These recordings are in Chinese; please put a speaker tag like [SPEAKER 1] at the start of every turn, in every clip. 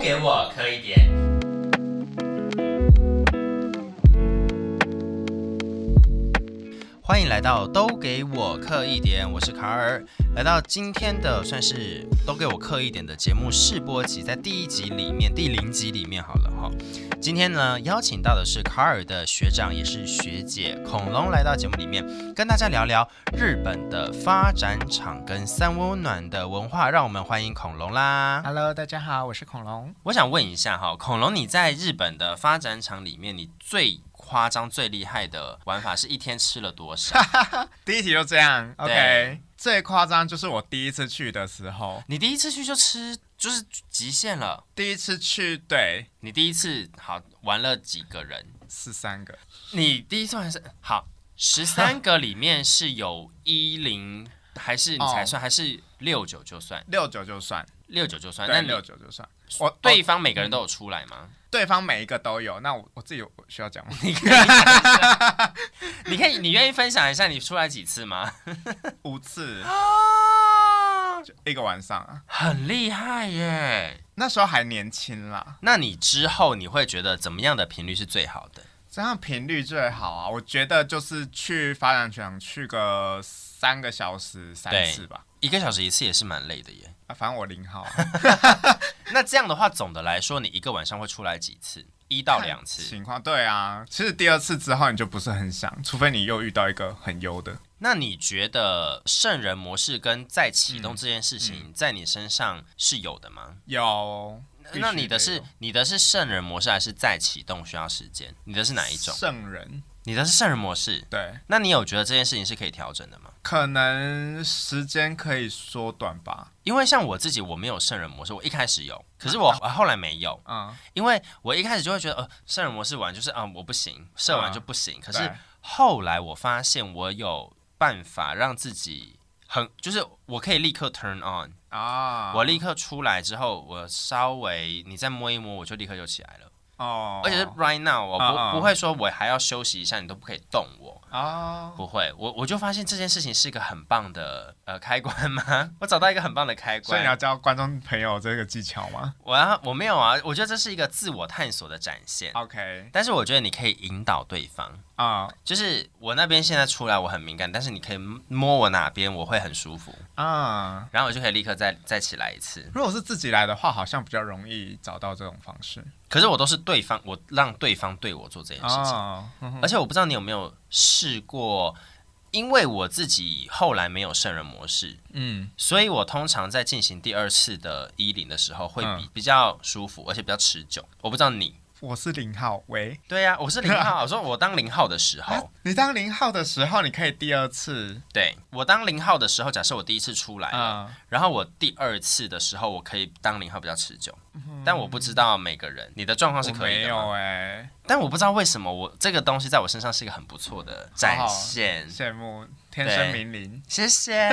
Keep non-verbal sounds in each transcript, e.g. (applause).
[SPEAKER 1] 给我磕一点。欢迎来到都给我刻一点，我是卡尔。来到今天的算是都给我刻一点的节目试播集，在第一集里面，第零集里面好了哈。今天呢，邀请到的是卡尔的学长，也是学姐恐龙来到节目里面，跟大家聊聊日本的发展场跟三温暖的文化。让我们欢迎恐龙啦！
[SPEAKER 2] Hello，大家好，我是恐龙。
[SPEAKER 1] 我想问一下哈，恐龙，你在日本的发展场里面，你最夸张、最厉害的玩法是一天吃了多少？
[SPEAKER 2] 第一题就这样
[SPEAKER 1] 对
[SPEAKER 2] ，OK。最夸张就是我第一次去的时候，
[SPEAKER 1] 你第一次去就吃，就是极限了。
[SPEAKER 2] 第一次去对
[SPEAKER 1] 你第一次好玩了几个人？
[SPEAKER 2] 是三个，
[SPEAKER 1] 你第一次玩是好十三个里面是有一零还是你才
[SPEAKER 2] 哦
[SPEAKER 1] 算，还是六九就算
[SPEAKER 2] 六九就算，
[SPEAKER 1] 六九就算？那
[SPEAKER 2] 对，
[SPEAKER 1] 你
[SPEAKER 2] 六九就算。我
[SPEAKER 1] 对
[SPEAKER 2] 我
[SPEAKER 1] 方每个人都有出来吗？
[SPEAKER 2] 对方每一个都有，那我我自己有我需要
[SPEAKER 1] (laughs)
[SPEAKER 2] 讲吗？
[SPEAKER 1] 你可以，你愿意分享一下你出来几次吗？
[SPEAKER 2] 五次
[SPEAKER 1] 啊，
[SPEAKER 2] 就一个晚上啊，
[SPEAKER 1] 很厉害耶！
[SPEAKER 2] 那时候还年轻啦，
[SPEAKER 1] 那你之后你会觉得怎么样的频率是最好的？
[SPEAKER 2] 这样频率最好啊。我觉得就是去发展场去个三个小时三
[SPEAKER 1] 对
[SPEAKER 2] 次吧，
[SPEAKER 1] 一个小时一次也是蛮累的耶。
[SPEAKER 2] 啊，反正我零号啊，
[SPEAKER 1] 那这样的话，总的来说，你一个晚上会出来几次？一到两次。
[SPEAKER 2] 情况，对啊。其实第二次之后你就不是很想，除非你又遇到一个很优的。
[SPEAKER 1] 那你觉得圣人模式跟再启动这件事
[SPEAKER 2] 嗯
[SPEAKER 1] 情，在你身上是有的吗？
[SPEAKER 2] 有，嗯必须
[SPEAKER 1] 那你的
[SPEAKER 2] 得
[SPEAKER 1] 是
[SPEAKER 2] 有
[SPEAKER 1] 你的是圣人模式还是再启动需要时间？你的是哪一种？
[SPEAKER 2] 圣人？
[SPEAKER 1] 你的是圣人模式。
[SPEAKER 2] 对，
[SPEAKER 1] 那你有觉得这件事情是可以调整的吗？
[SPEAKER 2] 可能时间可以缩短吧。
[SPEAKER 1] 因为像我自己，我没有圣人模式，我一开始有，可是
[SPEAKER 2] 啊
[SPEAKER 1] 我后来没有。
[SPEAKER 2] 嗯，
[SPEAKER 1] 因为我一开始就会觉得，呃，射人模式玩就是啊、我不行，射完就不行。可是
[SPEAKER 2] 嗯对
[SPEAKER 1] 后来我发现，我有办法让自己很，就是我可以立刻 turn on，、
[SPEAKER 2] 啊，
[SPEAKER 1] 我立刻出来之后，我稍微你再摸一摸，我就立刻就起来了。
[SPEAKER 2] 哦，
[SPEAKER 1] 而且是 right now，我不、
[SPEAKER 2] 啊啊
[SPEAKER 1] 不会说我还要休息一下，你都不可以动我，
[SPEAKER 2] 啊，
[SPEAKER 1] 不会。我我就发现这件事情是一个很棒的呃开关吗？ (laughs) 我找到一个很棒的开
[SPEAKER 2] 所以你要
[SPEAKER 1] 关。
[SPEAKER 2] 教观众朋友这个技巧吗
[SPEAKER 1] 我要我没有啊，我觉得这是一个自我探索的展现。
[SPEAKER 2] ？OK，
[SPEAKER 1] 但是我觉得你可以引导对方，
[SPEAKER 2] 啊
[SPEAKER 1] 就是我那边现在出来我很敏感，但是你可以摸我哪边，我会很舒服，
[SPEAKER 2] 啊。
[SPEAKER 1] 然后我就可以立刻再再起来一次。
[SPEAKER 2] 如果是自己来的话，好像比较容易找到这种方式
[SPEAKER 1] 可是我都是对方，我让对方对我做这件事情，
[SPEAKER 2] 啊。嗯哼
[SPEAKER 1] 而且我不知道你有没有试过，因为我自己后来没有圣人模式，
[SPEAKER 2] 嗯，
[SPEAKER 1] 所以我通常在进行第二次的衣领的时候会比、
[SPEAKER 2] 嗯
[SPEAKER 1] 比较舒服，而且比较持久。我不知道你，
[SPEAKER 2] 我是零号，喂，啊
[SPEAKER 1] 对啊呀、我是零 (laughs) 号，我说我当零号的时候，
[SPEAKER 2] 你当零号的时候，你可以第二次
[SPEAKER 1] 对我当零号的时候，假设我第一次出来了。
[SPEAKER 2] 啊。
[SPEAKER 1] 然后我第二次的时候，我可以当零号比较持久，但我不知道每个人你的状况是
[SPEAKER 2] 我
[SPEAKER 1] 可以
[SPEAKER 2] 嗯没
[SPEAKER 1] 的吗，
[SPEAKER 2] 有哎，
[SPEAKER 1] 但我不知道为什么我这个东西在我身上是一个很不错的展现，
[SPEAKER 2] 羡慕天生
[SPEAKER 1] 对
[SPEAKER 2] 明伶，
[SPEAKER 1] 谢
[SPEAKER 2] (laughs)
[SPEAKER 1] 谢。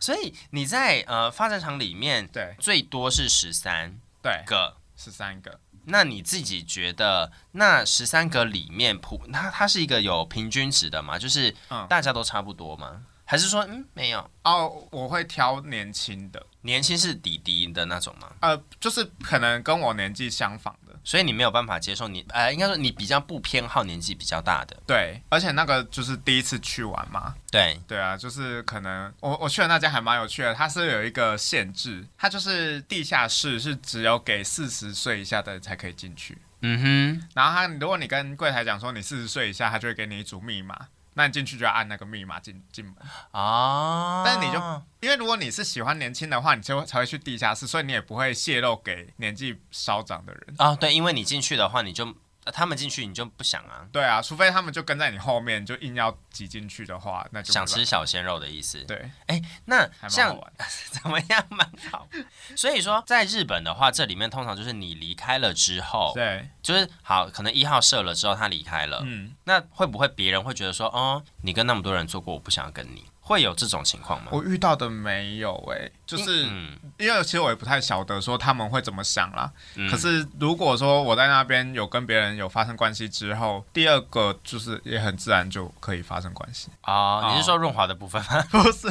[SPEAKER 1] 所以你在呃发展场里面
[SPEAKER 2] 对
[SPEAKER 1] 最多是十三
[SPEAKER 2] 对，
[SPEAKER 1] 个，
[SPEAKER 2] 十三个。
[SPEAKER 1] 那你自己觉得那十三个里面普它它是一个有平均值的吗？就是
[SPEAKER 2] 嗯
[SPEAKER 1] 大家都差不多吗？还是说嗯没有？
[SPEAKER 2] 哦，我会挑年轻的，
[SPEAKER 1] 年轻是弟弟的那种吗？
[SPEAKER 2] 呃，就是可能跟我年纪相仿的，
[SPEAKER 1] 所以你没有办法接受你，呃，应该说你比较不偏好年纪比较大的，
[SPEAKER 2] 对，而且那个就是第一次去玩嘛，
[SPEAKER 1] 对，
[SPEAKER 2] 对啊，就是可能我我去的那家还蛮有趣的，它是有一个限制，它就是地下室是只有给四十岁以下的人才可以进去，
[SPEAKER 1] 嗯哼，
[SPEAKER 2] 然后他如果你跟柜台讲说你四十岁以下，他就会给你一组密码，那你进去就要按那个密码进进门，
[SPEAKER 1] 啊、
[SPEAKER 2] 但你就因为如果你是喜欢年轻的话，你就会才会去地下室，所以你也不会泄露给年纪稍长的人。
[SPEAKER 1] 啊，对，因为你进去的话，你就、呃他们进去你就不想啊，
[SPEAKER 2] 对啊，除非他们就跟在你后面，就硬要挤进去的话，那就没
[SPEAKER 1] 想
[SPEAKER 2] 办法
[SPEAKER 1] 吃小鲜肉的意思。
[SPEAKER 2] 对，
[SPEAKER 1] 那
[SPEAKER 2] 还蛮好
[SPEAKER 1] 像
[SPEAKER 2] 玩。
[SPEAKER 1] (laughs) 怎么样蛮好，所以说在日本的话，这里面通常就是你离开了之后，
[SPEAKER 2] 对，
[SPEAKER 1] 就是好，可能一号射了之后他离开了，
[SPEAKER 2] 嗯，
[SPEAKER 1] 那会不会别人会觉得说，哦，你跟那么多人做过，我不想要跟你，会有这种情况吗？
[SPEAKER 2] 我遇到的没有哎、就是
[SPEAKER 1] 嗯，
[SPEAKER 2] 因为其实我也不太晓得说他们会怎么想啦。
[SPEAKER 1] 嗯
[SPEAKER 2] 可是如果说我在那边有跟别人有发生关系之后，第二个就是也很自然就可以发生
[SPEAKER 1] (laughs)
[SPEAKER 2] 关系。
[SPEAKER 1] 哦，你
[SPEAKER 2] 哦
[SPEAKER 1] 是说润滑的部分吗？
[SPEAKER 2] 不是，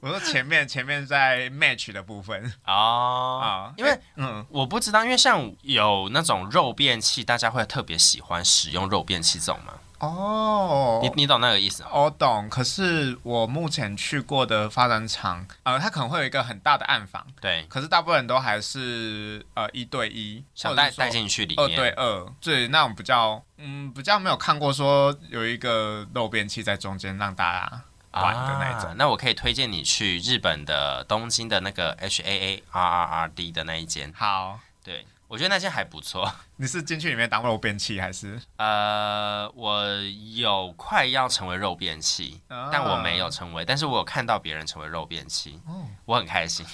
[SPEAKER 2] 我说前面前面在 match 的部分
[SPEAKER 1] 哦
[SPEAKER 2] 啊，，
[SPEAKER 1] 因为
[SPEAKER 2] 嗯，
[SPEAKER 1] 哎我不知道，因为像有那种肉便器，大家会特别喜欢使用肉便器这种吗？
[SPEAKER 2] 哦，
[SPEAKER 1] 你你懂那个意思吗？
[SPEAKER 2] 我哦懂，可是我目前去过的发展厂，呃，它可能会有一个很大的暗房，
[SPEAKER 1] 对，
[SPEAKER 2] 可是大部分人都还是呃一对一，
[SPEAKER 1] 想
[SPEAKER 2] 或者
[SPEAKER 1] 带
[SPEAKER 2] 是说
[SPEAKER 1] 带进去里
[SPEAKER 2] 二
[SPEAKER 1] 面。
[SPEAKER 2] 对二，对那种比较，嗯，比较没有看过说有一个漏便器在中间让大家玩的那种。
[SPEAKER 1] 啊。那我可以推荐你去日本的东京的那个 H A A R R R D 的那一间，
[SPEAKER 2] 好，
[SPEAKER 1] 对我觉得那间还不错。
[SPEAKER 2] 你是进去里面当漏便器还是？
[SPEAKER 1] 呃，我有快要成为肉便器，
[SPEAKER 2] 啊
[SPEAKER 1] 但我没有成为，但是我有看到别人成为肉便器，
[SPEAKER 2] 哦
[SPEAKER 1] 我很开
[SPEAKER 2] (laughs)
[SPEAKER 1] 心。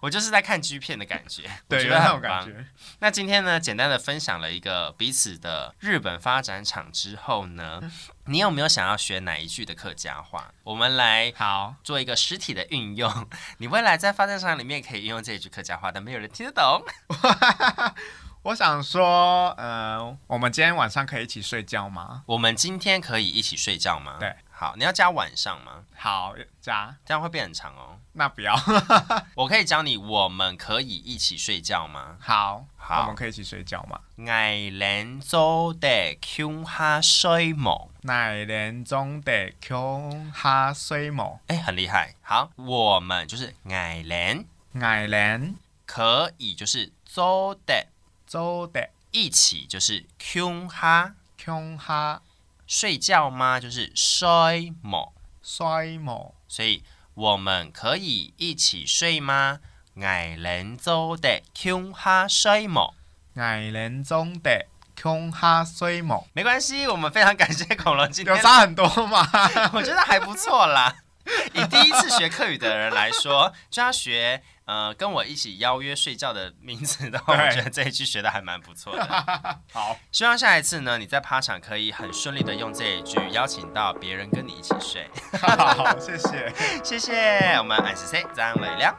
[SPEAKER 1] 我就是在看 G 片的感觉，我
[SPEAKER 2] 对，
[SPEAKER 1] 觉
[SPEAKER 2] 有
[SPEAKER 1] 得
[SPEAKER 2] 那
[SPEAKER 1] 很
[SPEAKER 2] 种感
[SPEAKER 1] 棒。 (laughs)
[SPEAKER 2] 觉。
[SPEAKER 1] 那今天呢，简单的分享了一个彼此的日本发展场之后
[SPEAKER 2] (laughs)
[SPEAKER 1] 呢，你有没有想要学哪一句的客家话？我们来
[SPEAKER 2] 好，
[SPEAKER 1] 做一个实体的运用。 (laughs) 你未来在发展场里面可以运用这一句客家话，但没有人听得懂。
[SPEAKER 2] 我想说，呃，我们今天晚上可以一起睡觉吗？
[SPEAKER 1] 我们今天可以一起睡觉吗？
[SPEAKER 2] 对，
[SPEAKER 1] 好，你要加晚上吗？
[SPEAKER 2] 好，加，
[SPEAKER 1] 这样会变很长哦。
[SPEAKER 2] 那不要。 (laughs)
[SPEAKER 1] 我可以教你，我们可以一起睡觉吗？
[SPEAKER 2] 好，
[SPEAKER 1] 好
[SPEAKER 2] 我们可以一起睡觉吗？
[SPEAKER 1] 爱兰州的 Q 哈睡梦，
[SPEAKER 2] 乃连中的 Q 哈水某，
[SPEAKER 1] 哎，很厉害。好，我们就是爱兰
[SPEAKER 2] 乃连
[SPEAKER 1] 可以就是州的
[SPEAKER 2] 州的
[SPEAKER 1] 一起就是 Q 哈
[SPEAKER 2] Q 哈
[SPEAKER 1] 睡觉吗？就是睡梦，
[SPEAKER 2] 水某。
[SPEAKER 1] 所以我们可以一起睡吗？爱兰州的 Q 哈睡梦。
[SPEAKER 2] 爱人中的穷哈水某，
[SPEAKER 1] 没关系，我们非常感谢恐龙今天
[SPEAKER 2] 有差很多吗？
[SPEAKER 1] (laughs) 我觉得还不错啦。以第一次学客语的人来说，就要学呃跟我一起邀约睡觉的名字的话，
[SPEAKER 2] 对
[SPEAKER 1] 我觉得这一句学的还蛮不错的。
[SPEAKER 2] 好，
[SPEAKER 1] 希望下一次呢，你在趴场可以很顺利的用这一句邀请到别人跟你一起睡。
[SPEAKER 2] 好，谢谢。
[SPEAKER 1] 谢谢，我们按时 C 张伟亮。